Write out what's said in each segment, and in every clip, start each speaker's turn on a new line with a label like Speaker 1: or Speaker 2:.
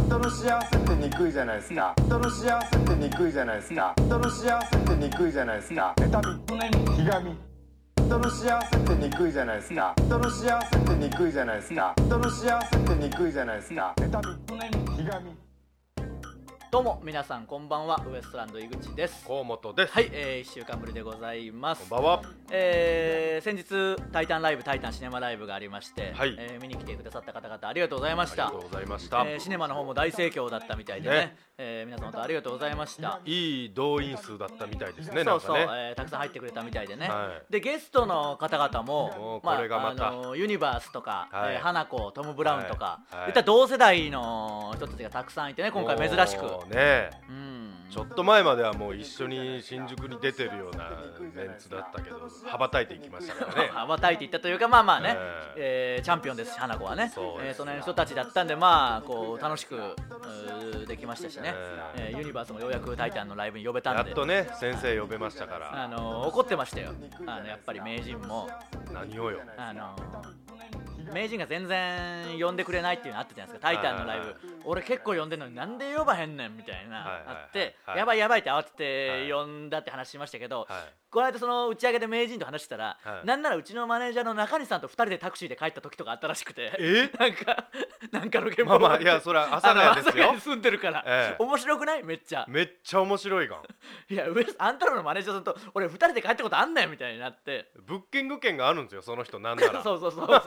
Speaker 1: 人の幸せってにくいじゃないですか人の幸せってにくいじゃないですか人の幸せってにくいじゃないですか妬みひがみ人の幸せってにくいじゃないですか人の幸せってにくいじゃないですか人の幸せってにくいじゃないですか妬みひがみ
Speaker 2: どうも皆さんこんばんはウエストランド井口です
Speaker 3: 河本です、
Speaker 2: はい、え1週間ぶりでございます
Speaker 3: こんばんは
Speaker 2: えー先日「タイタンライブ」「タイタンシネマライブ」がありまして、
Speaker 3: はい
Speaker 2: えー見に来てくださった方々ありがとうございまし
Speaker 3: ありが
Speaker 2: た
Speaker 3: とうございました、
Speaker 2: えーシネマの方も大盛況だったみたいでね
Speaker 3: ね
Speaker 2: えー皆さん本当ありがとうございました
Speaker 3: いい動員数だったみたいですね
Speaker 2: そうそう、
Speaker 3: なんかね
Speaker 2: えーたくさん入ってくれたみたいでね、
Speaker 3: は
Speaker 2: でゲストの方々も
Speaker 3: もうこれがまた
Speaker 2: あのユニバースとか、
Speaker 3: はい
Speaker 2: えー花子トム・ブラウンとか、
Speaker 3: はいはい
Speaker 2: いった同世代の人たちがたくさんいてね今回珍しく、
Speaker 3: もうね
Speaker 2: うん、
Speaker 3: ちょっと前まではもう一緒に新宿に出てるようなメンツだったけど羽ばたいていきました からね
Speaker 2: 羽ばたいていったというかまあまあね、
Speaker 3: え
Speaker 2: えーチャンピオンですし花子はね
Speaker 3: そう
Speaker 2: え
Speaker 3: です
Speaker 2: ーその辺の人たちだったんでまあこう楽しくうーできましたしね、
Speaker 3: え
Speaker 2: えーユニバースもようやく「タイタン」のライブに呼べた
Speaker 3: や
Speaker 2: ん
Speaker 3: っ
Speaker 2: で
Speaker 3: とね先生呼べましたから
Speaker 2: あの怒ってましたよあのやっぱり名人も
Speaker 3: 何をよ
Speaker 2: あの名人が全然呼んでくれないっていうのあったじゃないですか「タイタン」のライ
Speaker 3: はい
Speaker 2: ブ俺結構呼んでんのになんで呼ばへんねんみたい
Speaker 3: はい
Speaker 2: な
Speaker 3: はいはい
Speaker 2: あって
Speaker 3: はい
Speaker 2: やばいやばいって慌て
Speaker 3: はい
Speaker 2: て呼んだって話しましたけど
Speaker 3: はい
Speaker 2: この間その打ち上げで名人と話してたら
Speaker 3: はい
Speaker 2: なんならうちのマネージャーの中西さんと2人でタクシーで帰った時とかあったらしくて
Speaker 3: え
Speaker 2: なんか なんかの現
Speaker 3: まあ
Speaker 2: 場
Speaker 3: まあいやそれは朝ヶ谷です
Speaker 2: あの朝
Speaker 3: よ
Speaker 2: 霞に住んでるから、
Speaker 3: ええ
Speaker 2: 面白くないめっちゃ
Speaker 3: めっちゃ面白いがん
Speaker 2: いやウエスあんたらのマネージャーさんと俺2人で帰ったことあんねんみたいになって
Speaker 3: ブッキング券があるんですよその人なんなら
Speaker 2: そうそうそうそうで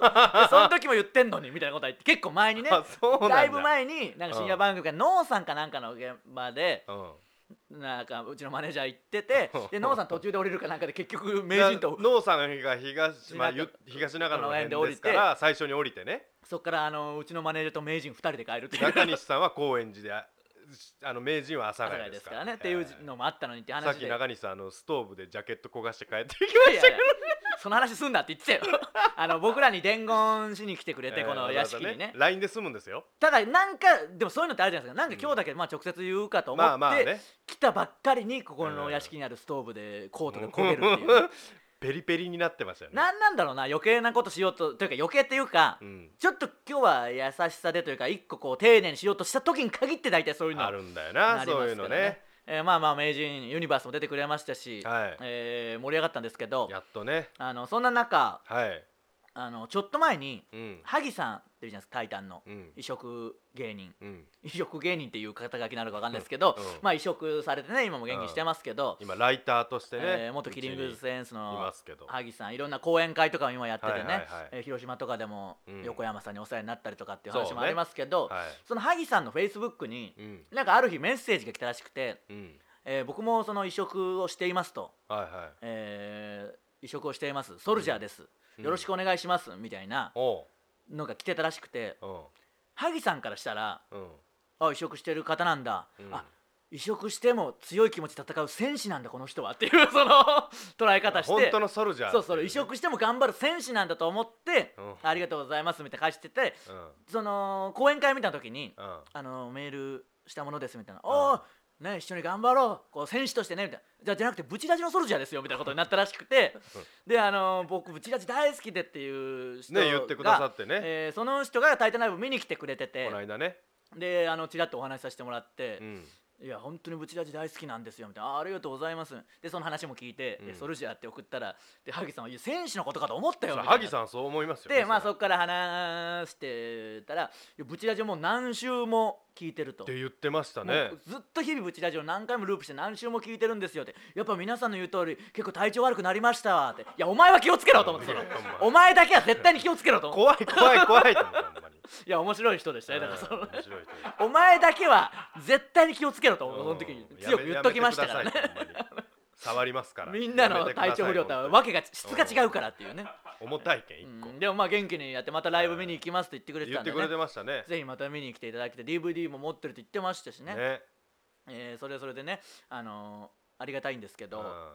Speaker 2: その時も言ってんのにみたいなことは言って結構前にね
Speaker 3: あそうなんだ
Speaker 2: だいぶ前になんか深夜番組がノーさんかなんかの現場で
Speaker 3: うん
Speaker 2: なんかうちのマネージャー行ってて
Speaker 3: うん
Speaker 2: でノーさん途中で降りるかなんかで結局名人と
Speaker 3: 農さんが東,、まあ、ゆ東中野の辺ですから最初に降りてね
Speaker 2: そっからあのうちのマネージャーと名人2人で帰るっていう
Speaker 3: 中西さんは高円寺でああの名人は阿佐
Speaker 2: 朝か
Speaker 3: ヶ
Speaker 2: ら
Speaker 3: 谷
Speaker 2: で
Speaker 3: です
Speaker 2: す
Speaker 3: か
Speaker 2: から
Speaker 3: ら
Speaker 2: ねっていうのもあったのにって
Speaker 3: えーさ
Speaker 2: 話
Speaker 3: っき
Speaker 2: で
Speaker 3: 中西さんあのストーブでジャケット焦がして帰ってき
Speaker 2: いやいやその話すんなって言ってたよ あの僕らに伝言しに来てくれ てこの屋敷にね
Speaker 3: LINE で済むんですよ
Speaker 2: ただなんかでもそういうのってあるじゃないですかなんか今日だけまあ直接言うかと思
Speaker 3: まあま
Speaker 2: っ
Speaker 3: あ
Speaker 2: て
Speaker 3: ね
Speaker 2: 来たばっかりにここの屋敷にあるストーブでコートで焦げるっていう
Speaker 3: ペリペリになってましたよね
Speaker 2: なんなんだろうな余計なことしようとというか余計っていうか
Speaker 3: うん、
Speaker 2: ちょっと今日は優しさでというか一個こう丁寧にしようとした時に限って大体そういうの
Speaker 3: あるんだよな
Speaker 2: なり
Speaker 3: そ
Speaker 2: ま
Speaker 3: うい
Speaker 2: す
Speaker 3: う
Speaker 2: か
Speaker 3: の
Speaker 2: ら
Speaker 3: ね
Speaker 2: ね。えーまあまあ名人ユニバースも出てくれましたし、
Speaker 3: はい
Speaker 2: えー盛り上がったんですけど
Speaker 3: やっとね
Speaker 2: あのそんな中
Speaker 3: はい
Speaker 2: あのちょっと前に
Speaker 3: うん
Speaker 2: 萩さんっていうじゃないですか「タイタン」の
Speaker 3: うん
Speaker 2: 異色芸人
Speaker 3: うん
Speaker 2: 異色芸人っていう肩書きなのか分かんないですけど、
Speaker 3: うんうん
Speaker 2: まあ移植されてね今も元気してますけど、
Speaker 3: 今ライターとしてね、
Speaker 2: えー元キリングセンス
Speaker 3: い
Speaker 2: の
Speaker 3: ますけど
Speaker 2: 萩さんいろんな講演会とかも今やっててね、
Speaker 3: はいはいはい
Speaker 2: えー広島とかでも
Speaker 3: うん
Speaker 2: 横山さんにお世話になったりとかっていう話
Speaker 3: そう
Speaker 2: も
Speaker 3: ね
Speaker 2: ありますけど、そ,、
Speaker 3: は
Speaker 2: の萩さんのフェイスブックに
Speaker 3: いうん
Speaker 2: なんかある日メッセージが来たらしくて、
Speaker 3: うん
Speaker 2: えー僕もその移植をしていますと、
Speaker 3: はいはい
Speaker 2: えー移植をしていますソルジャーです、
Speaker 3: うん
Speaker 2: よろしくお願いしますみたいな
Speaker 3: おう
Speaker 2: のが来てたらしくて
Speaker 3: うん
Speaker 2: 萩さんからしたら
Speaker 3: うん
Speaker 2: あ移植してる方なんだ、
Speaker 3: うん
Speaker 2: あ移植しても強い気持ちで戦う戦士なんだこの人はっていう その捉え方して
Speaker 3: 本当のソルジャー
Speaker 2: そうそう移
Speaker 3: 色
Speaker 2: 植しても頑張る戦士なんだと思って、
Speaker 3: うん
Speaker 2: ありがとうございますみたいな返してて
Speaker 3: うんうん
Speaker 2: その講演会見た時に
Speaker 3: うん
Speaker 2: あのメールしたものですみたいな、
Speaker 3: ん
Speaker 2: おおね、一緒に頑張ろうこう選手としてねみたいなじゃじゃなくてブチラジのソルジャーですよみたいなことになったらしくて、であの僕ブチラジ大好きでっていう人が、
Speaker 3: ね言ってくださってね
Speaker 2: えーその人が「タイタンライブ」見に来てくれてて
Speaker 3: この間ね
Speaker 2: であのちらっとお話しさせてもらって、
Speaker 3: うん
Speaker 2: いや本当にブチラジ大好きなんですよみたいなあーありがとうございますでその話も聞いて、
Speaker 3: うん
Speaker 2: でソルジャーって送ったらで萩さんはいや選手のことかと思ったよ
Speaker 3: そ
Speaker 2: み
Speaker 3: う
Speaker 2: たいな
Speaker 3: 萩さんはそう思いますよね
Speaker 2: でまあ
Speaker 3: それ
Speaker 2: そこから話してたらいやブチラジをもう何週も聞いてると
Speaker 3: って言ってましたね
Speaker 2: もうずっと日々ブチラジを何回もループして何週も聞いてるんですよってやっぱ皆さんの言う通り結構体調悪くなりましたわっていやお前は気をつけろと思って その
Speaker 3: いやお前
Speaker 2: お前だけは絶対に気をつけろと思って
Speaker 3: 怖い怖い怖いと思ってほんまに
Speaker 2: いや面白い人でしたねだ
Speaker 3: う
Speaker 2: から
Speaker 3: ん
Speaker 2: その
Speaker 3: 面白いというか
Speaker 2: お前だけは絶対に気をつけろと思うその時に
Speaker 3: うん
Speaker 2: 強く言っときましたからね
Speaker 3: やめやめてくださいほんまに触りますから
Speaker 2: みんなの体調不良とはわけが質が違うからっていうね、
Speaker 3: 重たいけん一個、
Speaker 2: うんでもまあ元気にやってまたライブ見に行きますと言ってくれて
Speaker 3: 言
Speaker 2: た
Speaker 3: っ
Speaker 2: ん
Speaker 3: て
Speaker 2: で、
Speaker 3: くれ
Speaker 2: ね
Speaker 3: て、ましたね
Speaker 2: ぜひまた見に来ていただきて DVD も持ってるって言ってましたしね
Speaker 3: ね
Speaker 2: えーそれはそれでね、あのーありがたいんですけ
Speaker 3: うん
Speaker 2: ど、
Speaker 3: は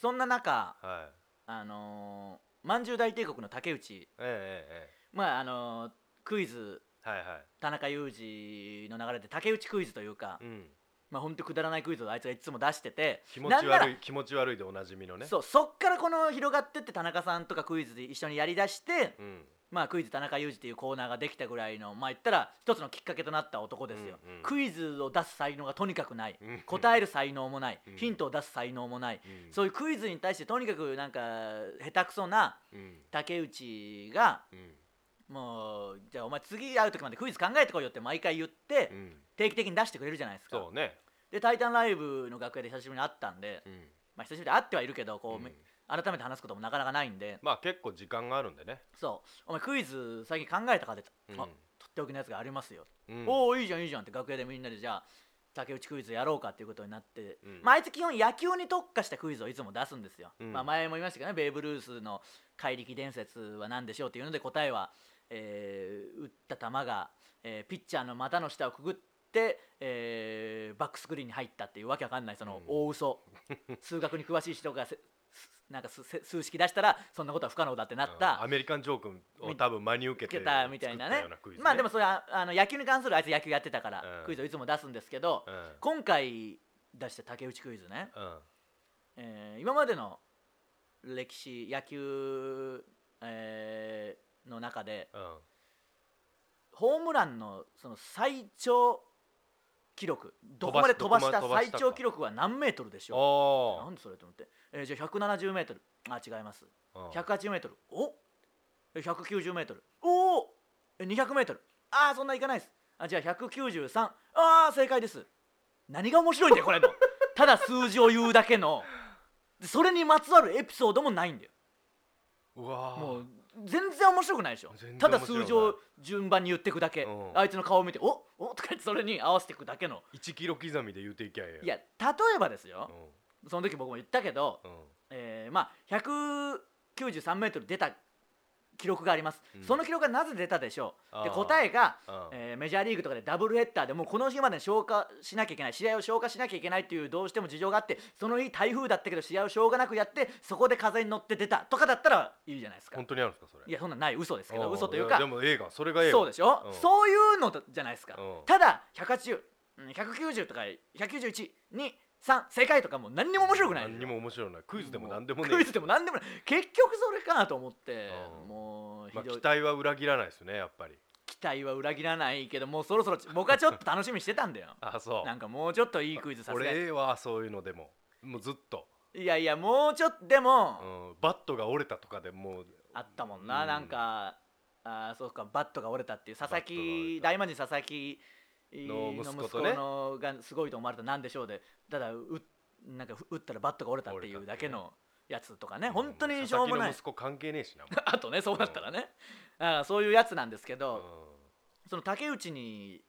Speaker 2: そんな中、
Speaker 3: い
Speaker 2: あのー、まんじゅう大帝国の竹内、
Speaker 3: えええ
Speaker 2: まああのークイズ
Speaker 3: えはいはい
Speaker 2: 田中裕二の流れで竹内クイズというか、
Speaker 3: うん
Speaker 2: まあ本当くだらないクイズをあいつがいつも出してて
Speaker 3: 気持ち
Speaker 2: なんなら
Speaker 3: 悪い気持ち悪いでおなじみのね
Speaker 2: そうそっからこの広がってって田中さんとかクイズで一緒にやりだして
Speaker 3: うん
Speaker 2: まあ、クイズ田中裕二っていうコーナーができたぐらいの、まあ、言ったら一つのきっかけとなった男ですよ、
Speaker 3: うんうん
Speaker 2: クイズを出す才能がとにかくない、
Speaker 3: うんうん
Speaker 2: 答える才能もない、
Speaker 3: うん
Speaker 2: ヒントを出す才能もない、
Speaker 3: うん
Speaker 2: そういうクイズに対してとにかくなんか下手くそな
Speaker 3: うん
Speaker 2: 竹内が
Speaker 3: うん
Speaker 2: もうじゃあお前次会う時までクイズ考えてこいよって毎回言って、
Speaker 3: うん
Speaker 2: 定期的に出してくれるじゃないですか
Speaker 3: そうね
Speaker 2: で「タイタンライブ」の楽屋で久しぶりに会ったんで、
Speaker 3: うん
Speaker 2: まあ、久しぶりに会ってはいるけどこう、
Speaker 3: うん
Speaker 2: め改めて話すこともなかなかないんで
Speaker 3: まあ結構時間があるんでね
Speaker 2: そう「お前クイズ最近考えたか?」って言った、
Speaker 3: うん
Speaker 2: あとっておきのやつがありますよ」
Speaker 3: うん
Speaker 2: おおいいじゃんいいじゃん」って楽屋でみんなでじゃあ竹内クイズやろうかっていうことになって、
Speaker 3: うん
Speaker 2: まああいつ基本野球に特化したクイズをいつも出すんですよ、
Speaker 3: うん
Speaker 2: まあ前も言いましたけどねベーブ・ルースの怪力伝説は何でしょうっていうので答えは、えー打った球が、えーピッチャーの股の下をくぐって、えーバックスクリーンに入ったっていうわけわかんないその大 嘘、数学に詳しい人がせすなんかすせ数式出したらそんなことは不可能だってなった、
Speaker 3: アメリカンジョークを多分真に受け
Speaker 2: 受
Speaker 3: て
Speaker 2: けたみたいなね
Speaker 3: 作っようクイズ
Speaker 2: まあでもそれはあの野球に関するあいつ野球やってたから、
Speaker 3: うん
Speaker 2: クイズをいつも出すんですけど、
Speaker 3: うん
Speaker 2: 今回出した竹内クイズね、
Speaker 3: うん
Speaker 2: えー今までの歴史野球、えーの中で
Speaker 3: うん
Speaker 2: ホームランのその最長記録どこまで飛ばした
Speaker 3: どこまで飛ばし
Speaker 2: 最
Speaker 3: たか
Speaker 2: 長記録は何メートルでしょう
Speaker 3: お
Speaker 2: なんでそれと思って、えーじゃあ170メートルあ違います
Speaker 3: ーうん
Speaker 2: 180メートルお190メートルおお200メートルああそんないかないですあじゃあ193ああ正解です何が面白いんだよこ れのただ数字を言うだけのでそれにまつわるエピソードもないんだよ
Speaker 3: うわー
Speaker 2: もう全然面白くないでしょ
Speaker 3: 全然面
Speaker 2: た
Speaker 3: 白くな
Speaker 2: だ
Speaker 3: い
Speaker 2: 数字を順番に言ってくだけ
Speaker 3: うん
Speaker 2: あいつの顔を見て「おおとか言ってそれに合わせていくだけの
Speaker 3: 1キロ刻みで言うていきゃええ
Speaker 2: いや例えばですよ
Speaker 3: うん
Speaker 2: その時僕も言ったけど
Speaker 3: うん
Speaker 2: えーまあ193メートル出た記録があります、
Speaker 3: うん
Speaker 2: その記録がなぜ出たでしょうで
Speaker 3: あー
Speaker 2: 答えが
Speaker 3: うん、
Speaker 2: えーメジャーリーグとかでダブルヘッダーでもうこの日までに消化しなきゃいけない試合を消化しなきゃいけないっていうどうしても事情があってその日台風だったけど試合をしょうがなくやってそこで風に乗って出たとかだったらいいじゃないですか
Speaker 3: 本当にあるんですかそれ
Speaker 2: いやそんなんない嘘ですけど
Speaker 3: ん
Speaker 2: 嘘というか
Speaker 3: やでも映画それが映画
Speaker 2: そうでしょ、
Speaker 3: うん
Speaker 2: そういうのじゃないですか、
Speaker 3: うん
Speaker 2: ただ180うん190とか19123正解とかもう何にも面白くない
Speaker 3: 何にも面白いないクイズでも
Speaker 2: う
Speaker 3: 何でもねえ
Speaker 2: クイズでも何でもない結局それかなと思って
Speaker 3: うん
Speaker 2: もうひ
Speaker 3: まあ、期
Speaker 2: どい、
Speaker 3: 待は裏切らないですねやっぱり
Speaker 2: 期待は裏切らないけどもうそろそろ僕はちょっと楽しみにしてたんだよ
Speaker 3: あそう
Speaker 2: なんかもうちょっといいクイズさせ
Speaker 3: 俺え
Speaker 2: て
Speaker 3: えわそういうのでももうずっと、
Speaker 2: いやいやもうちょっとでも、
Speaker 3: うん、バットが折れたとかでもう
Speaker 2: あったもんな、
Speaker 3: うん
Speaker 2: なんかあーそうかバットが折れたっていう佐々
Speaker 3: バットが折
Speaker 2: 木
Speaker 3: れた
Speaker 2: 大魔神佐々木
Speaker 3: の息子
Speaker 2: の息子
Speaker 3: とね
Speaker 2: のがすごいと思われたなんでしょうでただうなんか打ったらバットが折れたっていうだけのやつとかね本当にしょうもない
Speaker 3: 佐々木の息子関係ねえしなも
Speaker 2: あとねそうなったらね、あーそういうやつなんですけど、その竹内に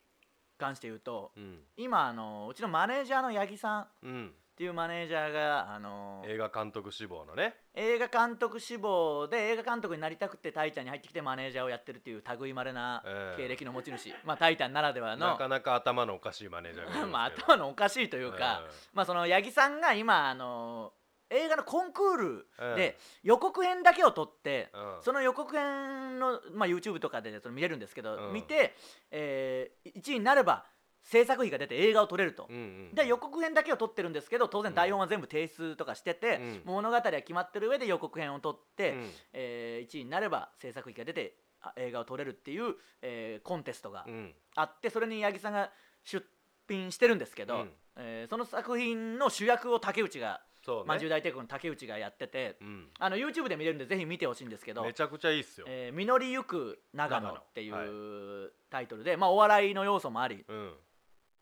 Speaker 2: 関して言うと
Speaker 3: ううん
Speaker 2: 今あのうちのマネージャーの八木さんっ
Speaker 3: うん、
Speaker 2: ていうマネージャーがあの
Speaker 3: 映画監督志望のね
Speaker 2: 映画監督志望で映画監督になりたくてタイタンに入ってきてマネージャーをやってるっていう類まれな
Speaker 3: ええ
Speaker 2: 経歴の持ち主、まあタイタンならではの
Speaker 3: なかなか頭のおかしいマネージャーがいる ん
Speaker 2: まあ
Speaker 3: ですけど
Speaker 2: 頭のおかしいというか、
Speaker 3: え
Speaker 2: まあその八木さんが今あの映画のコンクール
Speaker 3: え
Speaker 2: で予告編だけを撮って、
Speaker 3: うん
Speaker 2: その予告編の、まあ、YouTube とかでその見れるんですけど、
Speaker 3: うん
Speaker 2: 見て、え1位になれば制作費が出て映画を撮れると、
Speaker 3: うんうん、
Speaker 2: で予告編だけを撮ってるんですけど当然台本は全部提出とかしてて、
Speaker 3: うん
Speaker 2: 物語は決まってる上で予告編を撮って、
Speaker 3: うん
Speaker 2: え1位になれば制作費が出てあ映画を撮れるっていう、えーコンテストが
Speaker 3: うん
Speaker 2: あってそれに八木さんが出品してるんですけど、
Speaker 3: うん
Speaker 2: えーその作品の主役を竹内が、
Speaker 3: そう
Speaker 2: まあ、
Speaker 3: ね
Speaker 2: 10大帝国の竹内がやってて、
Speaker 3: うん、
Speaker 2: あの YouTube で見れるんでぜひ見てほしいんですけど
Speaker 3: めちゃくちゃいいっすよ、
Speaker 2: えー実りゆく長野」
Speaker 3: 長野
Speaker 2: っていうタイトルで、まあ、お笑いの要素もあり
Speaker 3: うん、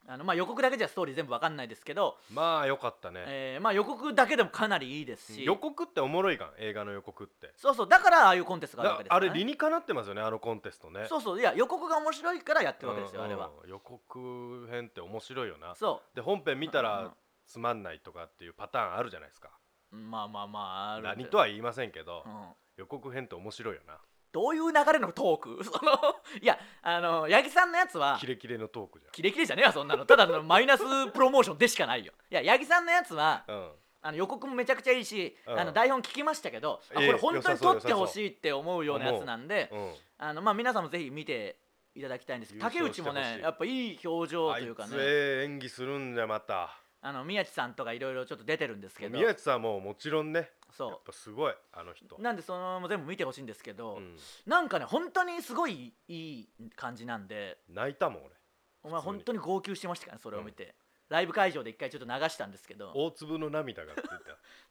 Speaker 2: あの、まあ、予告だけじゃストーリー全部わかんないですけど、
Speaker 3: まあよかったね、
Speaker 2: えーまあ、予告だけでもかなりいいですし
Speaker 3: 予告っておもろいがん映画の予告って
Speaker 2: そうそうだからああいうコンテストがあるわけ
Speaker 3: だ
Speaker 2: ですか
Speaker 3: あ
Speaker 2: らね
Speaker 3: れ理にかなってますよねあのコンテストね
Speaker 2: そうそういや予告が面白いからやってるわけですよ、
Speaker 3: うんうん
Speaker 2: あれは
Speaker 3: 予告編って面白いよな
Speaker 2: そ
Speaker 3: で本編見た
Speaker 2: うんうん
Speaker 3: らつまんないとかっていうパターンあるじゃないですか
Speaker 2: うまあまあまあある
Speaker 3: 何とは言いませんけど
Speaker 2: うん
Speaker 3: 予告編って面白いよな
Speaker 2: どういう流れのトーク そのいやあの八木さんのやつは
Speaker 3: キレキレのトークじ
Speaker 2: キレキレじゃねえわそんなのただのマイナスプロモーションでしかないよいや八木さんのやつは
Speaker 3: ゃんうん
Speaker 2: あの予告もめちゃくちゃいいし、
Speaker 3: うん
Speaker 2: あの台本聞きましたけど、あこ
Speaker 3: ええ
Speaker 2: れ本当に撮
Speaker 3: 良
Speaker 2: っ
Speaker 3: さそう
Speaker 2: てほしいって思うようなやつなんで、
Speaker 3: うん
Speaker 2: あのまあ、皆さんもぜひ見ていただきたいんですけど
Speaker 3: 優
Speaker 2: 竹
Speaker 3: 勝
Speaker 2: 内も
Speaker 3: してほ
Speaker 2: ね
Speaker 3: しい
Speaker 2: やっぱいい表情
Speaker 3: あ
Speaker 2: と
Speaker 3: い
Speaker 2: いうか
Speaker 3: つ
Speaker 2: ね
Speaker 3: ええ演技するんじゃまた
Speaker 2: あの宮地さんとかいろいろちょっと出てるんですけど
Speaker 3: 宮地さんももちろんねやっ
Speaker 2: そ
Speaker 3: ぱすごいあの人
Speaker 2: うなんでそのまま全部見てほしいんですけど、
Speaker 3: うん
Speaker 2: なんかね本当にすごいいい感じなんで
Speaker 3: 泣いたもん俺
Speaker 2: お前
Speaker 3: 普通に
Speaker 2: 本当に号泣してましたからねそれを見て、ライブ会場で一回ちょっと流したんですけど
Speaker 3: 大粒の涙が出た、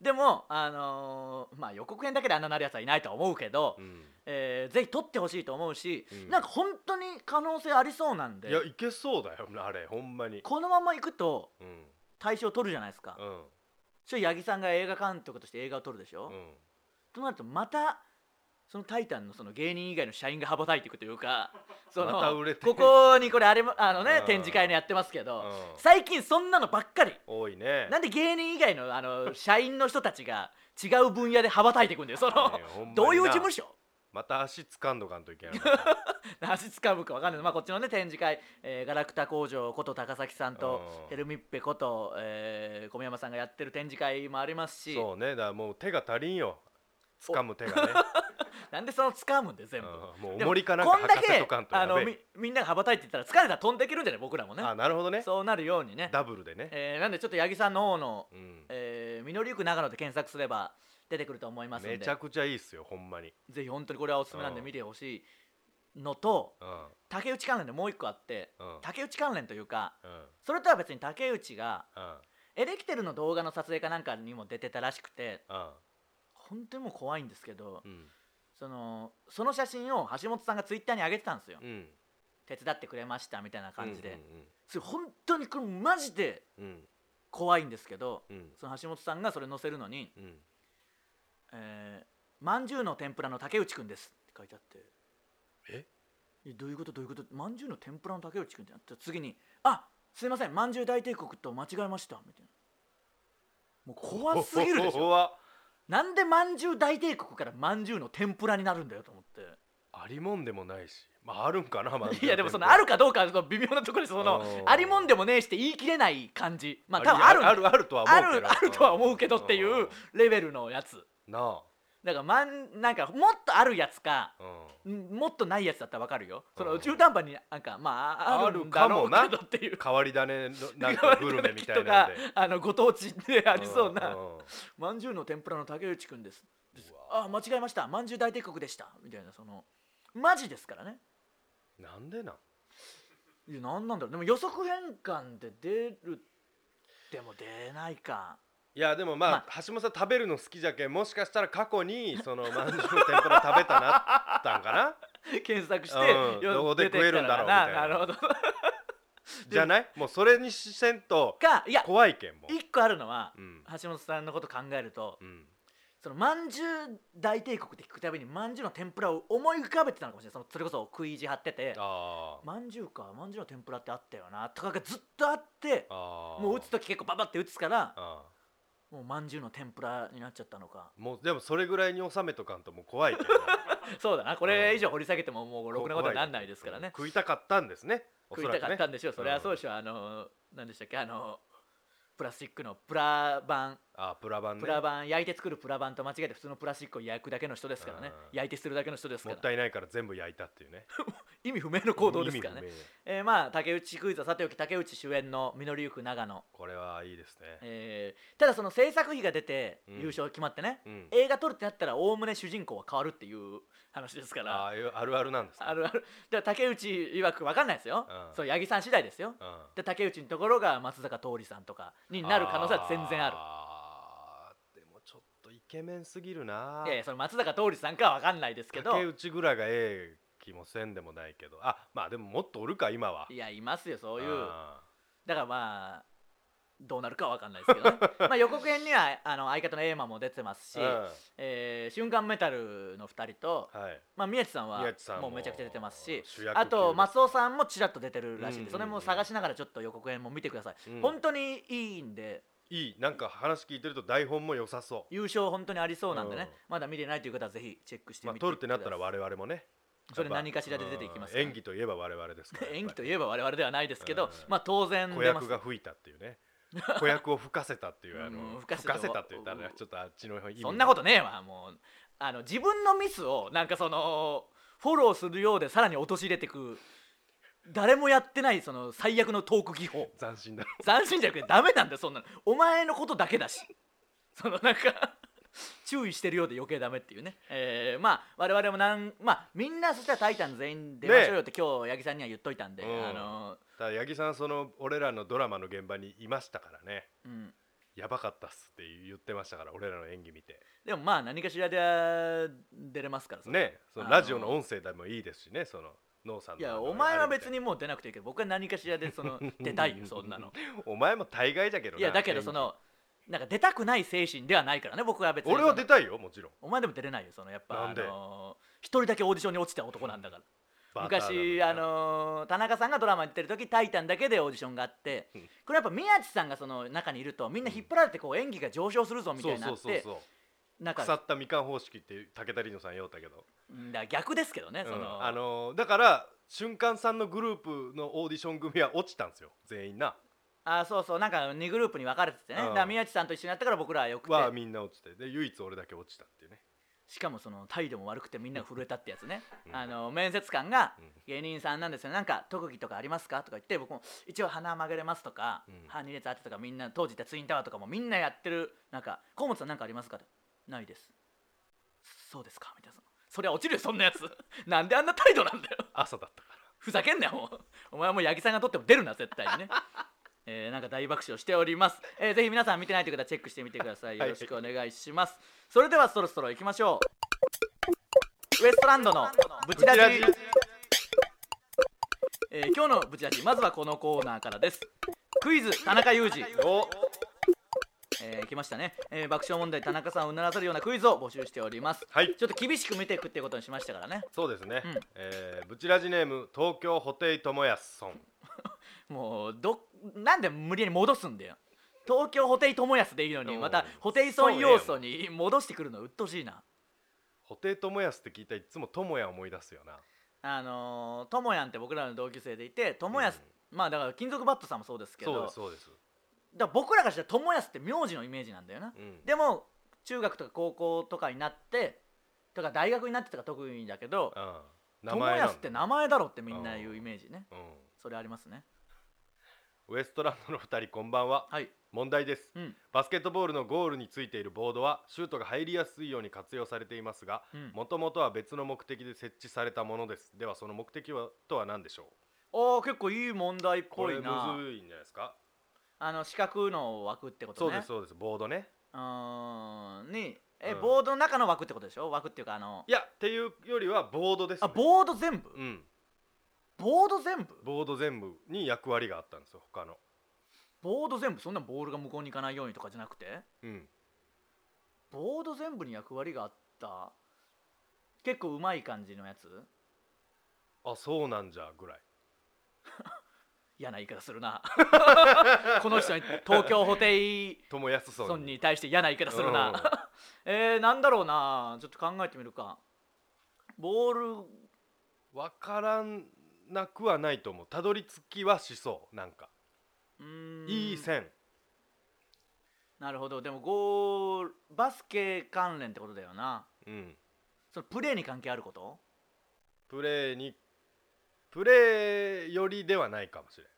Speaker 2: でも、あのーまあ、予告編だけであんななるやつはいないとは思うけど、
Speaker 3: うん、
Speaker 2: えーぜひ撮ってほしいと思うし、
Speaker 3: うん
Speaker 2: なんか本当に可能性ありそうなん
Speaker 3: い
Speaker 2: で
Speaker 3: やいけそうだよあれほんまに
Speaker 2: このまま行くと
Speaker 3: うん
Speaker 2: 大賞取るじゃないですか、
Speaker 3: うん
Speaker 2: それ八木さんが映画監督として映画を撮るでしょ、
Speaker 3: うん
Speaker 2: となるとまたその「タイタン」のその芸人以外の社員が羽ばたいていくという かその
Speaker 3: また売れて
Speaker 2: ここにこれあれもあのね
Speaker 3: うん
Speaker 2: 展示会のやってますけど、
Speaker 3: うん
Speaker 2: 最近そんなのばっかり
Speaker 3: 多いね
Speaker 2: なんで芸人以外のあの社員の人たちが違う分野で羽ばたいていくんだよ その、
Speaker 3: ねえほんまにな
Speaker 2: どういう事務所
Speaker 3: また足掴んどかんといけない
Speaker 2: 足掴むか分かんない、まあ、こっちのね展示会、えーガラクタ工場こと高崎さんと
Speaker 3: うん
Speaker 2: ヘルミッペこと、えー小宮山さんがやってる展示会もありますし
Speaker 3: そうねだからもう手が足りんよ掴む手がね、
Speaker 2: なんでその掴 むんで全部。
Speaker 3: うん、もう
Speaker 2: でも
Speaker 3: 重りかなんか
Speaker 2: こんだ
Speaker 3: 履かせ
Speaker 2: け
Speaker 3: とかんと
Speaker 2: あ
Speaker 3: やべ
Speaker 2: の
Speaker 3: え
Speaker 2: みみんなが羽ばたいていったら疲れたら飛んでいけるんじゃない僕らもね
Speaker 3: あなるほどね
Speaker 2: そうなるようにね、
Speaker 3: ダブルでね、
Speaker 2: えーなんでちょっと八木さんの方の
Speaker 3: うん
Speaker 2: 「えー実りゆく長野」で検索すれば出てくると思いますんで
Speaker 3: めちゃくちゃいいっすよほんまに、
Speaker 2: ぜひ本当にこれはおすすめなんで見てほしいのと
Speaker 3: うん
Speaker 2: 竹内関連でもう一個あって
Speaker 3: うんうん
Speaker 2: 竹内関連というか
Speaker 3: うん
Speaker 2: それとは別に竹内が
Speaker 3: うん
Speaker 2: エレキテルの動画の撮影かなんかにも出てたらしくて本当にもう怖いんですけど
Speaker 3: うん
Speaker 2: そのその写真を橋本さんがツイッターに上げてたんですよ
Speaker 3: うん
Speaker 2: 手伝ってくれましたみたいな感じで
Speaker 3: う
Speaker 2: それ本当にこれマジで
Speaker 3: んうん
Speaker 2: 怖いんですけど
Speaker 3: うんうん
Speaker 2: その橋本さんがそれ載せるのに
Speaker 3: うんうん
Speaker 2: 「えーまんじゅうの天ぷらの竹内くんです」って書いてあって
Speaker 3: え
Speaker 2: えどういうことどういうことまんじゅうの天ぷらの竹内くんってなって次に「あすいませんまんじゅう大帝国と間違えました」みたいなもう怖すぎるでしょ
Speaker 3: 怖っ
Speaker 2: なんでまんじゅう大帝国からまんじゅうの天ぷらになるんだよと思って
Speaker 3: ありもんでもないしまああるんかなまあ
Speaker 2: いやでもそのあるかどうかはその微妙なところですその
Speaker 3: うん
Speaker 2: ありもんでもねえして言い切れない感じまあ
Speaker 3: り
Speaker 2: 多分あるんだ
Speaker 3: あるあるとは思
Speaker 2: あ
Speaker 3: うけ
Speaker 2: る
Speaker 3: ど
Speaker 2: あるとは思うけどってい
Speaker 3: ん
Speaker 2: うレベルのやつ
Speaker 3: な
Speaker 2: だからまんなんかもっとあるやつか
Speaker 3: あうん
Speaker 2: んもっとないやつだったらわかるよその
Speaker 3: うん
Speaker 2: 中途半端になんかまああるんだろう
Speaker 3: あるかもな
Speaker 2: けどっていう
Speaker 3: 変わり種のなんかグルメみたい
Speaker 2: とか
Speaker 3: なんで
Speaker 2: あのご当地でありそうな
Speaker 3: うんうん
Speaker 2: 「まんじゅうの天ぷらの竹内くんです」です
Speaker 3: う
Speaker 2: あ間違えましたまんじゅう大帝国でした」みたいなそのマジですからね
Speaker 3: なんでなん
Speaker 2: いや何なんだろうでも予測変換で出るでも出ないか
Speaker 3: いやでもまあ、
Speaker 2: ま
Speaker 3: 橋本さん食べるの好きじゃけんもしかしたら過去にそのまんじゅうの天ぷら食べたなったんかな
Speaker 2: 検索して、
Speaker 3: うん
Speaker 2: よ
Speaker 3: どこで
Speaker 2: 出てき
Speaker 3: 食えるんだろうみた
Speaker 2: た
Speaker 3: いな
Speaker 2: らななるほど
Speaker 3: じゃないもうそれにしせんと
Speaker 2: かいや
Speaker 3: 怖いけんもう
Speaker 2: 一個あるのは、
Speaker 3: うん
Speaker 2: 橋本さんのこと考えると
Speaker 3: うん
Speaker 2: そのまんじゅう大帝国って聞くたびにまんじゅうの天ぷらを思い浮かべてたのかもしれないそのそれこそ食い意地張ってて
Speaker 3: あー
Speaker 2: まんじゅうかまんじゅうの天ぷらってあったよなとかがずっとあって
Speaker 3: あー
Speaker 2: もう打つ時結構ババって打つから
Speaker 3: あ
Speaker 2: もうまんじゅうの天ぷらになっちゃったのか
Speaker 3: ーもうでもそれぐらいに収めとかんともう怖いけど
Speaker 2: そうだなこれ以上掘り下げてももう ろくなことになんないですからね
Speaker 3: 食いたかったんですねお
Speaker 2: 食
Speaker 3: そ
Speaker 2: い
Speaker 3: らくね
Speaker 2: たかったんでしょうそれはそうで
Speaker 3: ん
Speaker 2: しょうあの何でしたっけあのプラスチックのプラ板
Speaker 3: あープラバンね
Speaker 2: プラ板焼いて作るプラ板と間違えて普通のプラスチックを焼くだけの人ですからね
Speaker 3: うん
Speaker 2: 焼いてするだけの人ですか
Speaker 3: もっ
Speaker 2: ら
Speaker 3: たいないから全部焼いたっていうね
Speaker 2: 意味不明の行動ですから
Speaker 3: 意
Speaker 2: ね
Speaker 3: 味不明
Speaker 2: えーまあ竹内クイズはさておき竹内主演の「実りゆく長野
Speaker 3: これはいいです」ね
Speaker 2: えーただその制作費が出て
Speaker 3: うん
Speaker 2: 優勝決まってね
Speaker 3: うん
Speaker 2: 映画撮るってなったらおおむね主人公は変わるっていう話ですから
Speaker 3: あーあるあるなんですね
Speaker 2: あるある だから竹内曰く分かんないですよ
Speaker 3: うん
Speaker 2: そう八木さん次第ですよ
Speaker 3: うん
Speaker 2: で竹内のところが松坂桃李さんとかになる可能性は全然ある
Speaker 3: あーでもちょっとイケメンすぎるない
Speaker 2: やいやその松坂桃李さんかは分かんないですけど
Speaker 3: 竹内ぐらいがええ気もせんでもないけどあまあでももっとおるか今はい
Speaker 2: やいますよそういう
Speaker 3: あ
Speaker 2: だからまあどうなるかは分かんないですけどね まあ予告編にはあの相方のエーマも出てますし
Speaker 3: ー、うん
Speaker 2: えー瞬間メタルの2人と、
Speaker 3: はい
Speaker 2: まあ、宮地さんは
Speaker 3: 宮地さん
Speaker 2: もうめちゃくちゃ出てますし
Speaker 3: 主役
Speaker 2: あと松尾
Speaker 3: ん
Speaker 2: さんもちらっと出てるらしいん
Speaker 3: うんうんう
Speaker 2: で
Speaker 3: ん
Speaker 2: それも探しながらちょっと予告編も見てください、
Speaker 3: うん
Speaker 2: 本当にいいんで
Speaker 3: いいなんか話聞いてると台本も良さそう
Speaker 2: 優勝本当にありそうなんでね、
Speaker 3: うん
Speaker 2: まだ見てないという方はぜひチェックして
Speaker 3: ま
Speaker 2: みて
Speaker 3: あ撮るってなったら
Speaker 2: ください
Speaker 3: 我々もね
Speaker 2: それ
Speaker 3: やっぱ
Speaker 2: 何かしらで出ていきます
Speaker 3: う
Speaker 2: から
Speaker 3: ん演技といえば我々ですからやっぱ り
Speaker 2: 演技といえば我々ではないですけど、
Speaker 3: うん
Speaker 2: まあ当然
Speaker 3: 子
Speaker 2: 出ます
Speaker 3: 役が吹いたっていうね子役を吹かせたっていうあ
Speaker 2: う
Speaker 3: の
Speaker 2: ん吹かせ
Speaker 3: 吹
Speaker 2: た
Speaker 3: かせたって言ったらちょっとあっちの意味
Speaker 2: そんなことねえわもうあの自分のミスをなんかそのフォローするようでさらに陥れてく誰もやってないその最悪のトーク技法
Speaker 3: 斬新だ
Speaker 2: 斬新じゃなくてダメなんだよそんなのお前のことだけだしそのなんか注意してるようで余計ダメっていうね、えー、まあ我々もなん、まあ、みんなそしたら「タイタン」全員出ましょうよって、今日八木さんには言っといたんで、
Speaker 3: うん
Speaker 2: あの
Speaker 3: ただ八木さんその俺らのドラマの現場にいましたからね
Speaker 2: うん、
Speaker 3: やばかったっすって言ってましたから俺らの演技見て
Speaker 2: でもまあ何かしらで出れますからそれ
Speaker 3: ねそのラジオの音声でもいいですしねそのノーさんの
Speaker 2: いや
Speaker 3: あの
Speaker 2: お前は
Speaker 3: あれみた
Speaker 2: 別
Speaker 3: い
Speaker 2: にもう出なくていいけど僕は何かしらでそ の出たいよそんなの
Speaker 3: お前も大概だけどない
Speaker 2: やだけど
Speaker 3: 演技
Speaker 2: そのなんか出たくない精神ではないからね僕は別に
Speaker 3: 俺は出たいよもちろん
Speaker 2: お前でも出れないよそのやっぱ
Speaker 3: なんで
Speaker 2: あのー一人だけオーディションに落ちた男なんだから
Speaker 3: バカだな
Speaker 2: 昔あのー田中さんがドラマに出る時「タイタン」だけでオーディションがあって
Speaker 3: うん
Speaker 2: これやっぱ宮地さんがその中にいるとみんな引っ張られてこう演技が上昇するぞみたいにな
Speaker 3: そう
Speaker 2: っ
Speaker 3: そうそう
Speaker 2: て
Speaker 3: そう
Speaker 2: なん
Speaker 3: 腐
Speaker 2: か
Speaker 3: ったみかん方式って武田里乃さん言おうたけど、
Speaker 2: うんだから逆ですけどねそ
Speaker 3: うんあ
Speaker 2: の
Speaker 3: のーだから瞬間さんのグループのオーディション組は落ちたんですよ全員な
Speaker 2: あそうそうなんか2グループに分かれててね
Speaker 3: うん
Speaker 2: だから宮地さんと一緒にやったから僕らはよくて
Speaker 3: はみんな落ちてで唯一俺だけ落ちたっていうね
Speaker 2: しかもその態度も悪くてみんなが震えたってやつね、
Speaker 3: うん
Speaker 2: あの面接官が
Speaker 3: うん
Speaker 2: 芸人さんなんですよなんか特技とかありますかとか言って僕も一応鼻曲げれますとか、
Speaker 3: うん
Speaker 2: 歯2列当てとかみんな当時いたツインタワーとかもみんなやってるなんか河本さんなんかありますかってないですそうですかみたいなそりゃ落ちるよそんなやつ なんであんな態度なんだよ
Speaker 3: 朝だったか
Speaker 2: ふざけんなよ もうお前はもう八木さんが取っても出るな絶対にね えーなんか大爆笑しております、えーぜひ皆さん見てないという方はチェックしてみてくださいよ
Speaker 3: はい
Speaker 2: ろしくお願いします、それではそろそろ行きましょうウエストランドのブチラジ
Speaker 3: ブチラジ
Speaker 2: えー今日のブチラジまずはこのコーナーからですクイズ田中裕二
Speaker 3: らお
Speaker 2: えー来ましたね、えー爆笑問題田中さんをうならせるようなクイズを募集しております
Speaker 3: はい
Speaker 2: ちょっと厳しく見ていくってことにしましたからね
Speaker 3: そうですね、
Speaker 2: うん
Speaker 3: えーブチラジネーム東京ホテイトモヤソン
Speaker 2: もうどなんで無理やり戻すんだよ東京ホテイトモヤスでいいのに
Speaker 3: うん
Speaker 2: またホテイソン要素に戻してくるの鬱陶しいな
Speaker 3: ホテイトモヤスって聞いたらいつもトモヤ思い出すよな
Speaker 2: あのートモヤンって僕らの同級生でいてトモヤス、まあだから金属バットさんもそうですけど
Speaker 3: そうですそうです、
Speaker 2: だから僕らがしたらトモヤスって名字のイメージなんだよな、
Speaker 3: うん、
Speaker 2: でも中学とか高校とかになってとか大学になってとか特にだけど
Speaker 3: うん名
Speaker 2: トモヤスって名前だろってみんな
Speaker 3: う
Speaker 2: 言
Speaker 3: ん
Speaker 2: うイメージね
Speaker 3: う
Speaker 2: それありますね
Speaker 3: ん、ウエストランドの2人こんばんは
Speaker 2: はい
Speaker 3: 問題です
Speaker 2: うん
Speaker 3: バスケットボールのゴールについているボードはシュートが入りやすいように活用されていますが
Speaker 2: うん
Speaker 3: もともとは別の目的で設置されたものですではその目的はとは何でしょう
Speaker 2: ああ結構いい問題っ
Speaker 3: こ
Speaker 2: ぽ
Speaker 3: れ
Speaker 2: い
Speaker 3: む
Speaker 2: な
Speaker 3: ずいんじゃないですか
Speaker 2: あの四角の枠ってことね
Speaker 3: そうですそうですボードね
Speaker 2: うーんにえ、
Speaker 3: うん
Speaker 2: ボードの中の枠ってことでしょ枠っていうかあの
Speaker 3: いやっていうよりはボードです、
Speaker 2: あ
Speaker 3: ね、
Speaker 2: ボード全部、
Speaker 3: うん
Speaker 2: ボード全部
Speaker 3: ボード全部に役割があったんですよ他の
Speaker 2: ボード全部そんなボールが向こうに行かないようにとかじゃなくて
Speaker 3: うん
Speaker 2: ボード全部に役割があった結構うまい感じのやつ
Speaker 3: あそうなんじゃぐらい
Speaker 2: 嫌な言い方する なこの人に東京ホテイ
Speaker 3: 友安
Speaker 2: ソ
Speaker 3: 村
Speaker 2: ン
Speaker 3: に
Speaker 2: に対して嫌な言い方するな、えー、なんだろうなちょっと考えてみるかボール
Speaker 3: うん、分からなくはないと思うたどり着きはしそうなんか
Speaker 2: うーん
Speaker 3: いい線
Speaker 2: なるほどでもゴールバスケ関連ってことだよな
Speaker 3: うん
Speaker 2: そのプレーに関係あること
Speaker 3: プレーにプレーよりではないかもしれん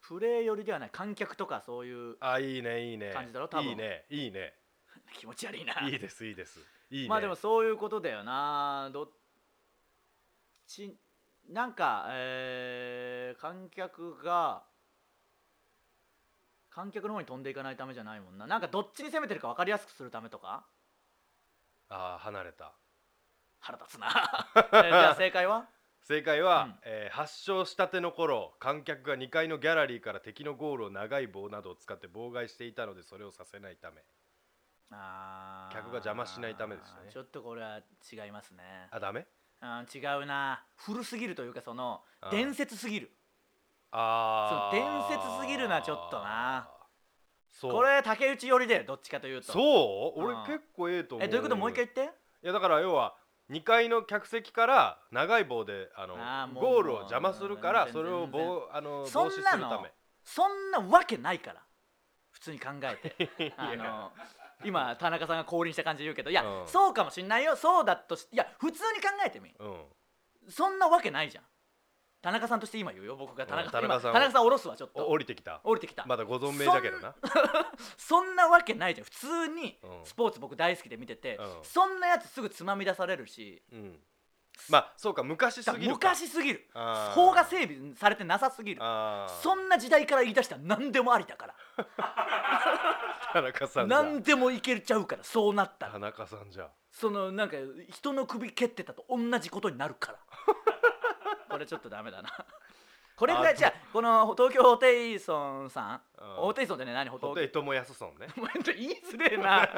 Speaker 2: プレーよりではない観客とかそういう
Speaker 3: あいいねいいね
Speaker 2: 感じだろ多分
Speaker 3: いいねいいね
Speaker 2: 気持ち悪いない
Speaker 3: いいですいいですいいね
Speaker 2: まあでもそういうことだよなどっちなんか、えー観客が観客の方に飛んでいかないためじゃないもんななんかどっちに攻めてるか分かりやすくするためとか
Speaker 3: あー離れた
Speaker 2: 腹立つ な、えーじゃあ正解は
Speaker 3: 正解は、
Speaker 2: うん
Speaker 3: えー発症したての頃観客が2階のギャラリーから敵のゴールを長い棒などを使って妨害していたのでそれをさせないため
Speaker 2: あー
Speaker 3: 客が邪魔しないためでしたね
Speaker 2: ちょっとこれは違いますね
Speaker 3: あダメ
Speaker 2: うん違うな古すぎるというかその
Speaker 3: あー
Speaker 2: 伝説すぎる
Speaker 3: あー
Speaker 2: そう伝説すぎるなちょっとな
Speaker 3: そう
Speaker 2: これ竹内寄りだよどっちかというと
Speaker 3: そう
Speaker 2: うん
Speaker 3: 俺結構ええと思う
Speaker 2: えどういうこともう一回言って
Speaker 3: いやだから要は2階の客席から長い棒であの
Speaker 2: あーもう
Speaker 3: ゴールを邪魔するから
Speaker 2: もう
Speaker 3: それを棒あの
Speaker 2: そ
Speaker 3: 防止す
Speaker 2: ん
Speaker 3: る
Speaker 2: な
Speaker 3: た
Speaker 2: の
Speaker 3: め
Speaker 2: そんなわけないから普通に考え てあの今田中さんが降臨した感じで言うけどいや、
Speaker 3: うん
Speaker 2: そうかもしんないよそうだとしいや普通に考えてみ
Speaker 3: うん
Speaker 2: そんなわけないじゃん田中さんとして今言うよ僕が田中さん
Speaker 3: うん
Speaker 2: 今
Speaker 3: 田中さんを
Speaker 2: 田中さん降ろすわちょっ
Speaker 3: お降
Speaker 2: と
Speaker 3: りてきた
Speaker 2: 降りてきた、
Speaker 3: まだご存命だけどな
Speaker 2: そんなわけないじゃん普通に
Speaker 3: うん
Speaker 2: スポーツ僕大好きで見てて、
Speaker 3: うん
Speaker 2: そんなやつすぐつまみ出されるし
Speaker 3: うんまあそうか昔す
Speaker 2: だ
Speaker 3: ぎ
Speaker 2: か
Speaker 3: る
Speaker 2: ら
Speaker 3: か
Speaker 2: 昔すぎる
Speaker 3: あー
Speaker 2: 法が整備されてなさすぎる
Speaker 3: あー
Speaker 2: そんな時代から言い出したら何でもありだか
Speaker 3: 田中さ
Speaker 2: ら
Speaker 3: んじゃ
Speaker 2: 何でもいけちゃうからそうなった
Speaker 3: 田
Speaker 2: ら
Speaker 3: 中さんじゃ
Speaker 2: そのなんか人の首蹴ってたと同じことになるから これちょっとダメだなこれぐら
Speaker 3: あ
Speaker 2: いじゃあこの東京ホテイソンさん
Speaker 3: うん
Speaker 2: ホテイソンってね何ホテ
Speaker 3: ホテ
Speaker 2: イ
Speaker 3: イトモヤスソンね
Speaker 2: 言いづれえ な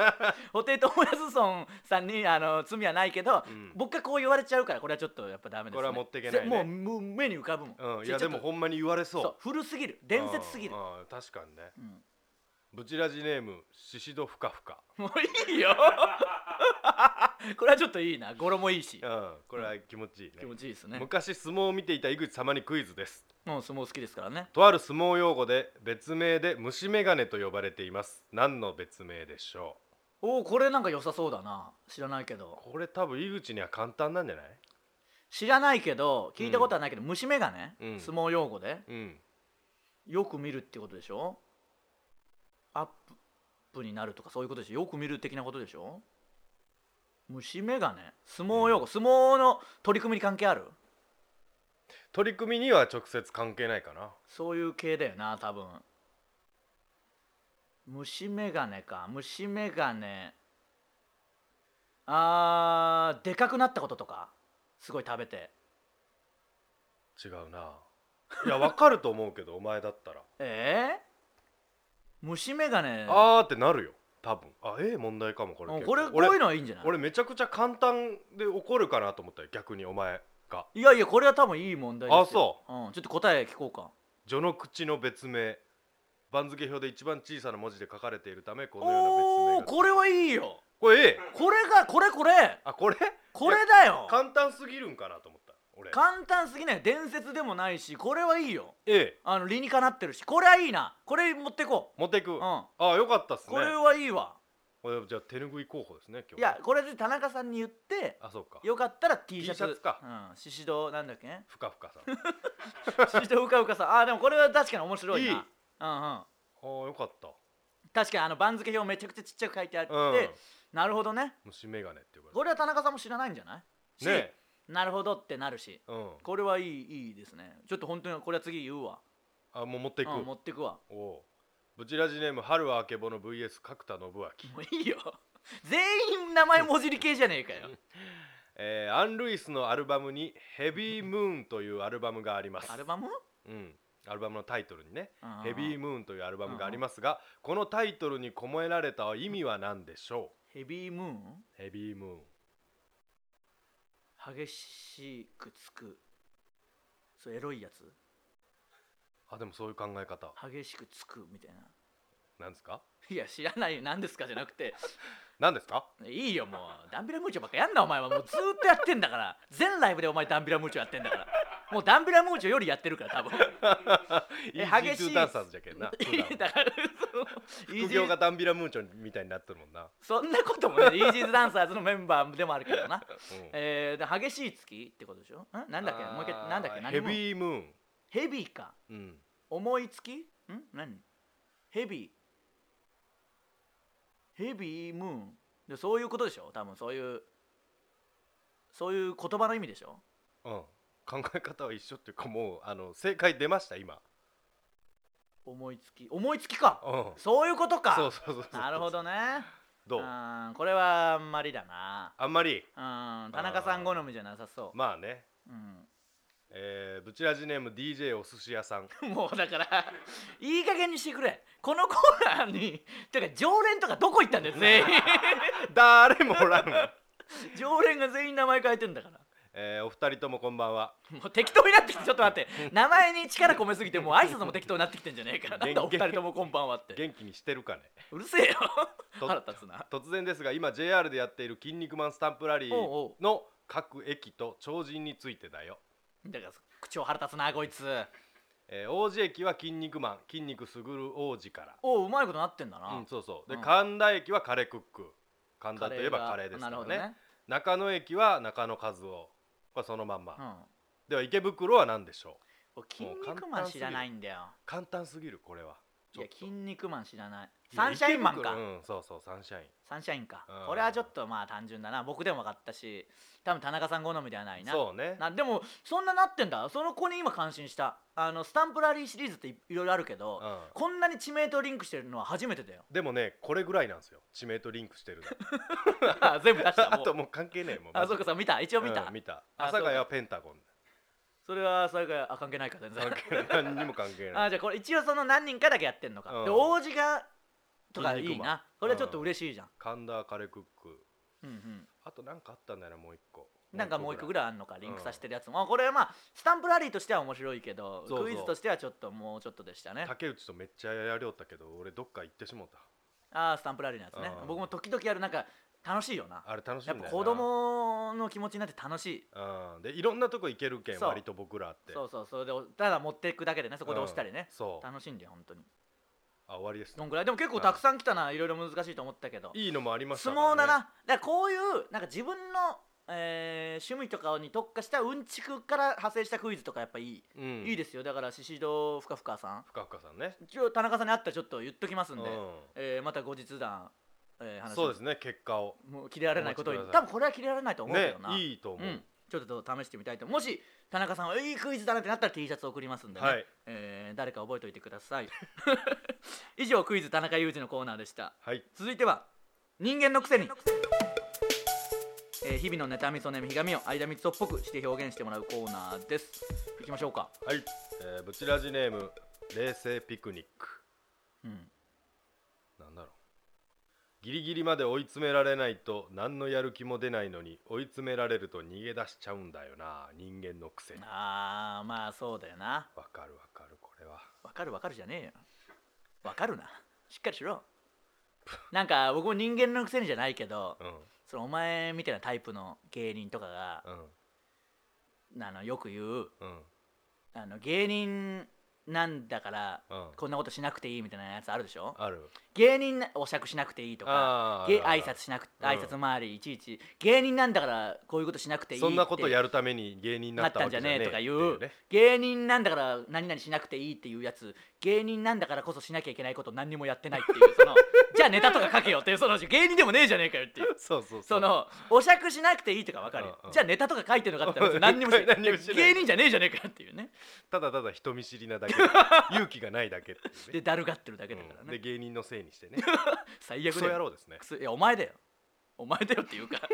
Speaker 2: ホテイトモヤスソンさんにあの罪はないけど、
Speaker 3: うん
Speaker 2: 僕がこう言われちゃうからこれはちょっとやっぱダメです、ね、
Speaker 3: これは持っていけないね
Speaker 2: もうもう目に浮かぶもん、
Speaker 3: うんいやでも
Speaker 2: ちょっ
Speaker 3: ほんまに言われ
Speaker 2: と
Speaker 3: そ
Speaker 2: そう
Speaker 3: う
Speaker 2: 古すぎる伝説すぎる
Speaker 3: うんうん確かにね
Speaker 2: うん
Speaker 3: ブチラジネームシシドフカフカ
Speaker 2: もういいよ これはちょっといいな語呂もいいし
Speaker 3: うんこれは気持ちいいね
Speaker 2: 気持ちいいですねも
Speaker 3: 昔相撲を見ていた井口様にクイズです
Speaker 2: う相撲好きですからね
Speaker 3: とある相撲用語で別名で虫眼鏡と呼ばれています何の別名でしょ
Speaker 2: おおこれなんか良さそうだな知らないけ
Speaker 3: う
Speaker 2: ど
Speaker 3: これ多分井口には簡単なんじゃない
Speaker 2: 知らないけど聞いたことはないけど、虫眼鏡、
Speaker 3: うん
Speaker 2: 相撲用語で
Speaker 3: うん
Speaker 2: よく見るってことでしょアップになるとかそういうことでしょよく見る的なことでしょ虫眼鏡相撲用語、相撲の取り組みに関係ある
Speaker 3: 取り組みには直接関係ないかな
Speaker 2: そういう系だよな多分虫眼鏡か虫眼鏡あーでかくなったこととかすごい食べて
Speaker 3: 違うないやわかると思うけどお前 だったら
Speaker 2: えー、虫眼鏡
Speaker 3: あーってなるよ多分あええ問題かもこれ
Speaker 2: うん
Speaker 3: 結構
Speaker 2: これこう
Speaker 3: 俺
Speaker 2: いうのはいいんじゃない
Speaker 3: 俺めちゃくちゃ簡単で怒るかなと思ったよ逆にお前が
Speaker 2: いやいやこれは多分いい問題ですよ、
Speaker 3: あそう
Speaker 2: ん、ちょっと答え聞こうか
Speaker 3: 序の口の別名番付表で一番小さな文字で書かれているためこのよう
Speaker 2: お
Speaker 3: な
Speaker 2: おー
Speaker 3: 別名が
Speaker 2: これはいいよ
Speaker 3: これええ
Speaker 2: これがこれこれ
Speaker 3: あこれ
Speaker 2: これだよ
Speaker 3: 簡単すぎるんかなと思った俺
Speaker 2: 簡単すぎない伝説でもないしこれはいいよ
Speaker 3: ええ
Speaker 2: あの理にかなってるしこれはいいなこれ持ってこう
Speaker 3: 持っていく、
Speaker 2: ん
Speaker 3: ああよかったっすね
Speaker 2: これはいいわ、
Speaker 3: これじゃあ手ぬぐい候補ですね今日
Speaker 2: いやこれで田中さんに言って
Speaker 3: あそうか
Speaker 2: よかったら T シャツ
Speaker 3: T シャツか
Speaker 2: うん、シシドなんだっけ
Speaker 3: ふかふかさんあ
Speaker 2: シシドうかうかさんあーでもこれは確かに面白いない
Speaker 3: い
Speaker 2: うんうん
Speaker 3: あよかった
Speaker 2: 確かにあの番付表めちゃくちゃちっちゃく書いてあって、
Speaker 3: うん
Speaker 2: なるほどね
Speaker 3: 虫眼鏡って呼ば
Speaker 2: これは田中さんも知らないんじゃない
Speaker 3: れてね
Speaker 2: しなるほどってなるし
Speaker 3: えうん
Speaker 2: これはいいいいですねちょっと本当にこれは次言うわ
Speaker 3: あもう持っていく、
Speaker 2: うん、持ってくわ
Speaker 3: おおブチラジネーム春はあけぼの VS 角田信明、
Speaker 2: もういいよ全員名前もじり系じゃねえかよ
Speaker 3: えーアン・ルイスのアルバムに「ヘビームーン」というアルバムがあります
Speaker 2: アルバム
Speaker 3: うん、アルバムのタイトルにね
Speaker 2: うんうんう
Speaker 3: 「
Speaker 2: ん
Speaker 3: ヘビームーン」というアルバムがありますがこのタイトルに込められた意味は何でしょ
Speaker 2: ヘビームーン
Speaker 3: うヘビームーン
Speaker 2: 激しくつくそうエロいやつ
Speaker 3: あでもそういう考え方
Speaker 2: 激しくつくみたいな
Speaker 3: なんですか
Speaker 2: いや知らないよ何ですかじゃなくて
Speaker 3: 何ですか
Speaker 2: いいよもうダンビラムーチョばっかやんなお前はもうずーっとやってんだから全ライブでお前ダンビラムーチョやってんだからもうダンビラムーチョよりやってるから多分
Speaker 3: イ
Speaker 2: え
Speaker 3: ー
Speaker 2: 激
Speaker 3: ジート
Speaker 2: し
Speaker 3: ゥ
Speaker 2: い
Speaker 3: ダンサーズじゃけ んな普段
Speaker 2: だからそうイー
Speaker 3: 副
Speaker 2: ジ
Speaker 3: 業
Speaker 2: ー
Speaker 3: がダンビラムーチョみたいになってるもんな、
Speaker 2: そんなこともねイージーズダンサーズのメンバーでもあるけどな
Speaker 3: うん
Speaker 2: えー、で激しい月ってことでしょんなんだっけ
Speaker 3: あー
Speaker 2: もう一回なんだっけ何
Speaker 3: ヘ
Speaker 2: も
Speaker 3: ビームーン、
Speaker 2: ヘビーか
Speaker 3: うん、
Speaker 2: 重い月ん何ヘビーヘビームーンでそういうことでしょ多分そういうそういう言葉の意味でしょ
Speaker 3: うん、考え方は一緒っていうかもうあの正解出ました今、
Speaker 2: 思いつき思いつきか
Speaker 3: うん、
Speaker 2: そういうことか
Speaker 3: そうそうそうそう
Speaker 2: なるほどね
Speaker 3: どう
Speaker 2: うんこれはあんまりだな
Speaker 3: あんまり
Speaker 2: うん田中さん好みじゃなさそ
Speaker 3: まあね
Speaker 2: う、う
Speaker 3: えー、ブチラジネーム DJ お寿司屋さん
Speaker 2: ん、 もうだからいい加減にしてくれこのコーナーにてか常連とかどこ行ったんだよ全員
Speaker 3: 誰もおらん、
Speaker 2: 常連が全員名前変えてんだから
Speaker 3: えー、お二人ともこんばんは
Speaker 2: もう適当になってきてちょっと待って名前に力込めすぎてもう挨拶も適当になってきてんじゃねえかなんだお二人ともこんばんはって
Speaker 3: 元気にして るかね
Speaker 2: うるせえよ
Speaker 3: と
Speaker 2: 腹立つな
Speaker 3: 突然ですが今 JR でやっている「筋肉マンスタンプラリー
Speaker 2: おうおう」
Speaker 3: の各駅と超人についてだよ
Speaker 2: だから口を腹立つなこいつ
Speaker 3: えー王子駅は筋肉マン筋肉すぐる王子か
Speaker 2: おううまいことなってんだ
Speaker 3: ら、う、
Speaker 2: なん
Speaker 3: そうそうで、
Speaker 2: うん
Speaker 3: 神田駅はカレークック神田
Speaker 2: カ
Speaker 3: と
Speaker 2: レーが
Speaker 3: いえばカレーです
Speaker 2: な
Speaker 3: か
Speaker 2: る
Speaker 3: ら
Speaker 2: ほ
Speaker 3: ね
Speaker 2: どね
Speaker 3: 中野駅は中野和夫これそのまんま、
Speaker 2: うん
Speaker 3: では池袋は何でしょう
Speaker 2: 俺筋肉マン知らないんだよ
Speaker 3: 簡単すぎるこれはい
Speaker 2: や
Speaker 3: ちょっと
Speaker 2: 筋肉マン知らない
Speaker 3: いや
Speaker 2: サンシャインマン
Speaker 3: 池
Speaker 2: か、
Speaker 3: 袋うんそうそうサンシャイン
Speaker 2: サンシャインか、
Speaker 3: うん
Speaker 2: これはちょっとまあ単純だな僕でも分かったし多分田中さん好みではないな
Speaker 3: そうね
Speaker 2: なでもそんななってんだその子に今感心したあのスタンプラリーシリーズっていいろいろあるけど、
Speaker 3: うん
Speaker 2: こんなに知名とリンクしてるのは初めてだよ
Speaker 3: でもねこれぐらいなんですよ地名とリンクしてるの
Speaker 2: あ 全部出した
Speaker 3: あ
Speaker 2: もう
Speaker 3: ともう関係ねえもん
Speaker 2: あそうかそう見た一応見た、
Speaker 3: うん見た
Speaker 2: あ
Speaker 3: 阿佐ヶ谷はペンタゴン
Speaker 2: それはそれがあ関係ないか全然
Speaker 3: 関係ない何にも関係ない
Speaker 2: あじゃあこれ一応その何人かだけやってんのか、
Speaker 3: うん
Speaker 2: で王子がとかい
Speaker 3: 筋
Speaker 2: い
Speaker 3: 肉マン
Speaker 2: なこれはちょっと嬉しいじゃん、
Speaker 3: 神田カレークック
Speaker 2: うんうん
Speaker 3: あとなんかあったんだよなもう一個
Speaker 2: なんかもう一個ぐ
Speaker 3: い
Speaker 2: らいあんのかリンクさせてるやつも、あこれはまあスタンプラリーとしては面白いけど
Speaker 3: そうそう
Speaker 2: クイズとしてはちょっともうちょっとでしたね
Speaker 3: 竹内とめっちゃやりょったけど俺どっか行ってしもうた
Speaker 2: ああスタンプラリーのやつね、
Speaker 3: うん
Speaker 2: 僕も時々やるなんか楽しいよな
Speaker 3: あれ楽しみ
Speaker 2: や
Speaker 3: だ
Speaker 2: っぱ
Speaker 3: よな
Speaker 2: 子供の気持ちになって楽しい
Speaker 3: うんでいろんなとこ行けるけん
Speaker 2: そう
Speaker 3: 割と僕らって
Speaker 2: そうそうそれでただ持っていくだけでねそこで押したりね、
Speaker 3: そう
Speaker 2: 楽しんで本当に
Speaker 3: あ終わりです
Speaker 2: どんぐらいでも結構たくさん来たないろいろ難しいと思ったけど
Speaker 3: いいのもありました
Speaker 2: 相
Speaker 3: からね
Speaker 2: 撲だなだからこういうなんか自分の、えー趣味とかに特化したうんちくから派生したクイズとかやっぱいい、
Speaker 3: うん
Speaker 2: いいですよだから宍戸ふかふかさん
Speaker 3: ふかふかさんね
Speaker 2: 一応田中さんに会ったらちょっと言っときますんで、
Speaker 3: うん
Speaker 2: えーまた後日談、えー話し
Speaker 3: そうですね結果を
Speaker 2: もう切れられないことに
Speaker 3: お待ちくだ
Speaker 2: 多
Speaker 3: さい
Speaker 2: 分これは切れられないと思うけ
Speaker 3: ね
Speaker 2: どな、
Speaker 3: いいと思
Speaker 2: う、
Speaker 3: うん
Speaker 2: ちょっと試してみたいともし田中さんはいいクイズだなってなったら T シャツ送りますんでね、
Speaker 3: はい
Speaker 2: えー誰か覚えておいてください 以上クイズ田中裕二のコーナーでした
Speaker 3: はい
Speaker 2: 続いては人間のくせにえー日々の妬みそねみひがみを間三つっぽくして表現してもらうコーナーですいきましょうか
Speaker 3: はい、えー、ブチラジネーム冷静ピクニック
Speaker 2: うん
Speaker 3: なんだろうギリギリまで追い詰められないと何のやる気も出ないのに追い詰められると逃げ出しちゃうんだよな人間のくせにわ
Speaker 2: あーまあそうだよな
Speaker 3: かるわかるこれは
Speaker 2: わかるわかるじゃねえよわかるなしっかりしろなんか僕も人間のくせにじゃないけど
Speaker 3: う
Speaker 2: そのお前みたいなタイプの芸人とかが
Speaker 3: んうん
Speaker 2: あのよく言う
Speaker 3: うん
Speaker 2: あの芸人なんだから、
Speaker 3: うん
Speaker 2: こんなことしなくていいみたいなやつあるでしょ
Speaker 3: ある
Speaker 2: 芸人なお酌しなくていいとか
Speaker 3: あー
Speaker 2: げ
Speaker 3: あるあ
Speaker 2: 挨
Speaker 3: る
Speaker 2: 拶しなく
Speaker 3: うん
Speaker 2: 挨拶回りいちいち、芸人なんだからこういうことしなくていいって
Speaker 3: そんなことやるために芸人にな
Speaker 2: な
Speaker 3: っ
Speaker 2: ったたん
Speaker 3: わ
Speaker 2: じ
Speaker 3: け
Speaker 2: ゃ
Speaker 3: じゃね
Speaker 2: ねえ
Speaker 3: え
Speaker 2: とか言
Speaker 3: って
Speaker 2: う
Speaker 3: ね
Speaker 2: 芸人なんだから何々しなくていいっていうやつ芸人なんだからこそしなきゃいけないこと何にもやってないっていうそ のじゃあネタとか書けよっていうその芸人でもねえじゃねえかよっていう
Speaker 3: そうそうそ
Speaker 2: そうのお釈しなくていいとか分かるよ
Speaker 3: うんうん
Speaker 2: じゃあネタとか書いてるのかって言 ったら別に何にもし
Speaker 3: 何にもし
Speaker 2: な
Speaker 3: ないい
Speaker 2: 芸人じゃねえじゃねえかっていうね
Speaker 3: ただただ人見知り なだけ勇気がないだけっていうね
Speaker 2: でだるがってるだけだか
Speaker 3: う
Speaker 2: ら
Speaker 3: ん
Speaker 2: ね、
Speaker 3: で芸人のせい にしてね
Speaker 2: 最悪だ
Speaker 3: クソ
Speaker 2: よ
Speaker 3: 野郎ですね
Speaker 2: くそいやお前だよお前だよっていうかちょ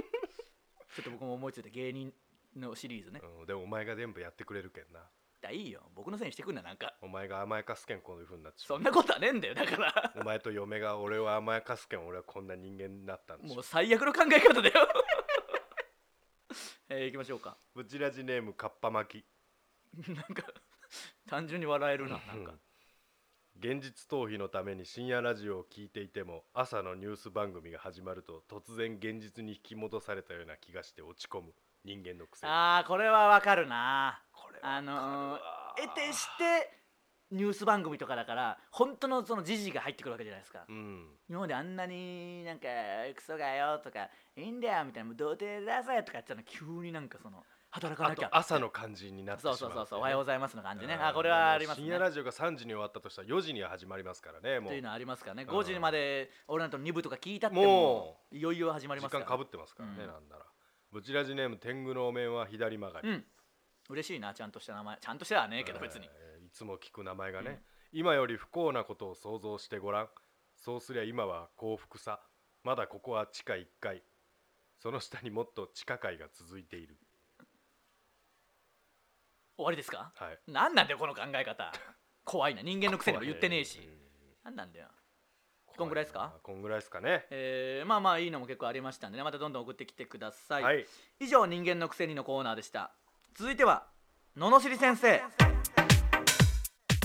Speaker 2: っと僕も思いついた芸人のシリーズね、
Speaker 3: うんでもお前が全部やってくれるけんな
Speaker 2: だいいよ僕のせいにしてくんななんか
Speaker 3: お前が甘やかすけんこういうふうになっちゃ
Speaker 2: そ
Speaker 3: うん
Speaker 2: なことはねえんだよだから
Speaker 3: お前と嫁が俺を甘やかすけん俺はこんな人間になったんでし
Speaker 2: も
Speaker 3: ょ
Speaker 2: う最悪の考え方だよ えー、いきましょうか
Speaker 3: ブチラジネームかっぱ巻き
Speaker 2: なんか単純に笑えるななんか
Speaker 3: 現実逃避のために深夜ラジオを聞いていても朝のニュース番組が始まると突然現実に引き戻されたような気がして落ち込む人間のくせに
Speaker 2: あーこれはわかるな
Speaker 3: これ
Speaker 2: あのー
Speaker 3: わかるわ
Speaker 2: 得てしてニュース番組とかだから本当のその時事が入ってくるわけじゃないですか、
Speaker 3: うん
Speaker 2: 今まであんなになんかクソがよとかいいんだよみたいなもう童貞だぜとか言ってたの急になんかその働か
Speaker 3: あ
Speaker 2: なきゃ
Speaker 3: と朝の感じになってしま
Speaker 2: そう
Speaker 3: う
Speaker 2: そうそうそうおはようございますの感じねあこれ
Speaker 3: うん
Speaker 2: はあります
Speaker 3: 深
Speaker 2: ね
Speaker 3: 夜ラジオが3時に終わったとしたら4時には始まりますからねも
Speaker 2: と
Speaker 3: う
Speaker 2: いうのはありますからね
Speaker 3: うん
Speaker 2: 5時まで俺らと2部とか聞いたっても
Speaker 3: も
Speaker 2: ういよいよ始まります
Speaker 3: 時
Speaker 2: から
Speaker 3: 間かぶってますからね、
Speaker 2: うん
Speaker 3: なんならブチラジネーム天狗のお面は左曲がり、
Speaker 2: うん嬉しいなちゃんとした名前ちゃんとしてはねえけど別に
Speaker 3: えーいつも聞く名前がね、今より不幸なことを想像してごらんそうすりゃ今は幸福さまだここは地下1階その下にもっと地下階が続いている
Speaker 2: 終わりですか
Speaker 3: はい
Speaker 2: なんなんだよこの考え方怖いな人間のくせにも言ってねえし
Speaker 3: 怖いうん
Speaker 2: なんなんだよ
Speaker 3: 怖
Speaker 2: こんぐらいですか
Speaker 3: なこんぐらいですかね
Speaker 2: えーまあまあいいのも結構ありましたんでねまたどんどん送ってきてくださ、
Speaker 3: はいい、
Speaker 2: 以上人間のくせにのコーナーでした続いては罵り先生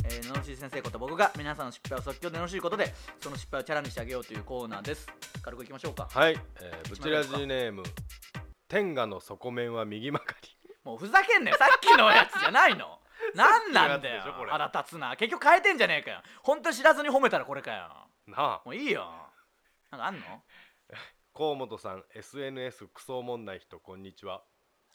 Speaker 2: えー、罵り先生こと僕が皆さんの失敗を即興で罵ることでその失敗をチャラにしてあげようというコーナーです軽くいきましょうか
Speaker 3: はいえーブチラジネーム天下の底面は右曲がり
Speaker 2: もうふざけんなよさっきのやつじゃないのなんなんだよ
Speaker 3: さっきのやつでしょこれ
Speaker 2: 腹立つな結局変えてんじゃねえかよ本当知らずに褒めたらこれかよ
Speaker 3: なあ
Speaker 2: もういいよなんかあんの
Speaker 3: 河本さん SNS クソおもんない人こんにちは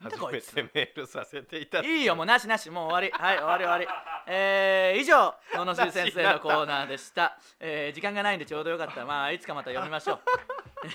Speaker 2: なんだ
Speaker 3: 初
Speaker 2: こ
Speaker 3: め
Speaker 2: いつ
Speaker 3: てメールさせていただき
Speaker 2: いいよもうなしなしもう終わりはい終わり終わりえー以上野々し先生のコーナーでした、えー時間がないんでちょうどよかったまあいつかまた読みましょう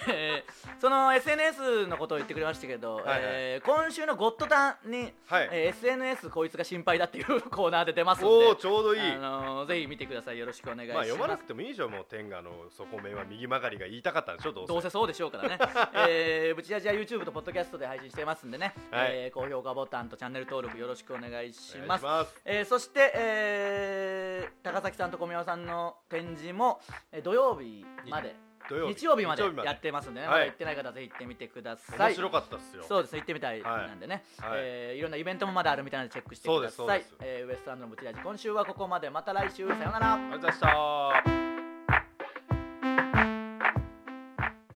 Speaker 2: えーその SNS のことを言ってくれましたけど、
Speaker 3: いはい
Speaker 2: えー今週の「ゴッドタンに」
Speaker 3: はい
Speaker 2: えー SNS こいつが心配だっていうコーナーで出ますんで
Speaker 3: おおちょうどいい
Speaker 2: あのーぜひ見てくださいよろしくお願いします、
Speaker 3: まあ読まなくてもいいじゃんもう天下の底面は右曲がりが言いたかったんでしょどうせ
Speaker 2: どうせそうでしょう からね、えー、ブチラジは YouTube とポッドキャストで配信してますんでね、
Speaker 3: はい
Speaker 2: えー高評価ボタンとチャンネル登録よろしくお願いし
Speaker 3: お願いし
Speaker 2: ま
Speaker 3: ます
Speaker 2: すえーそして、えー高崎さんと小宮山さんの展示も、えー土曜日まで
Speaker 3: 土
Speaker 2: 日曜
Speaker 3: 曜日
Speaker 2: 日まで
Speaker 3: 日曜日まで
Speaker 2: やってますんでね、
Speaker 3: は
Speaker 2: ま
Speaker 3: い
Speaker 2: だ行ってない方はぜひ行ってみてください
Speaker 3: 面白かったっすよ
Speaker 2: そうですね行ってみたいなんでね、
Speaker 3: はい
Speaker 2: い
Speaker 3: はい
Speaker 2: えーいろんなイベントもまだあるみたいなのでチェックして
Speaker 3: そう
Speaker 2: く
Speaker 3: で
Speaker 2: だ
Speaker 3: すそう
Speaker 2: さ
Speaker 3: で
Speaker 2: い
Speaker 3: す、
Speaker 2: えーウエストランドのブチラジ今週はここまでまた来週さようなら
Speaker 3: ありがとうございました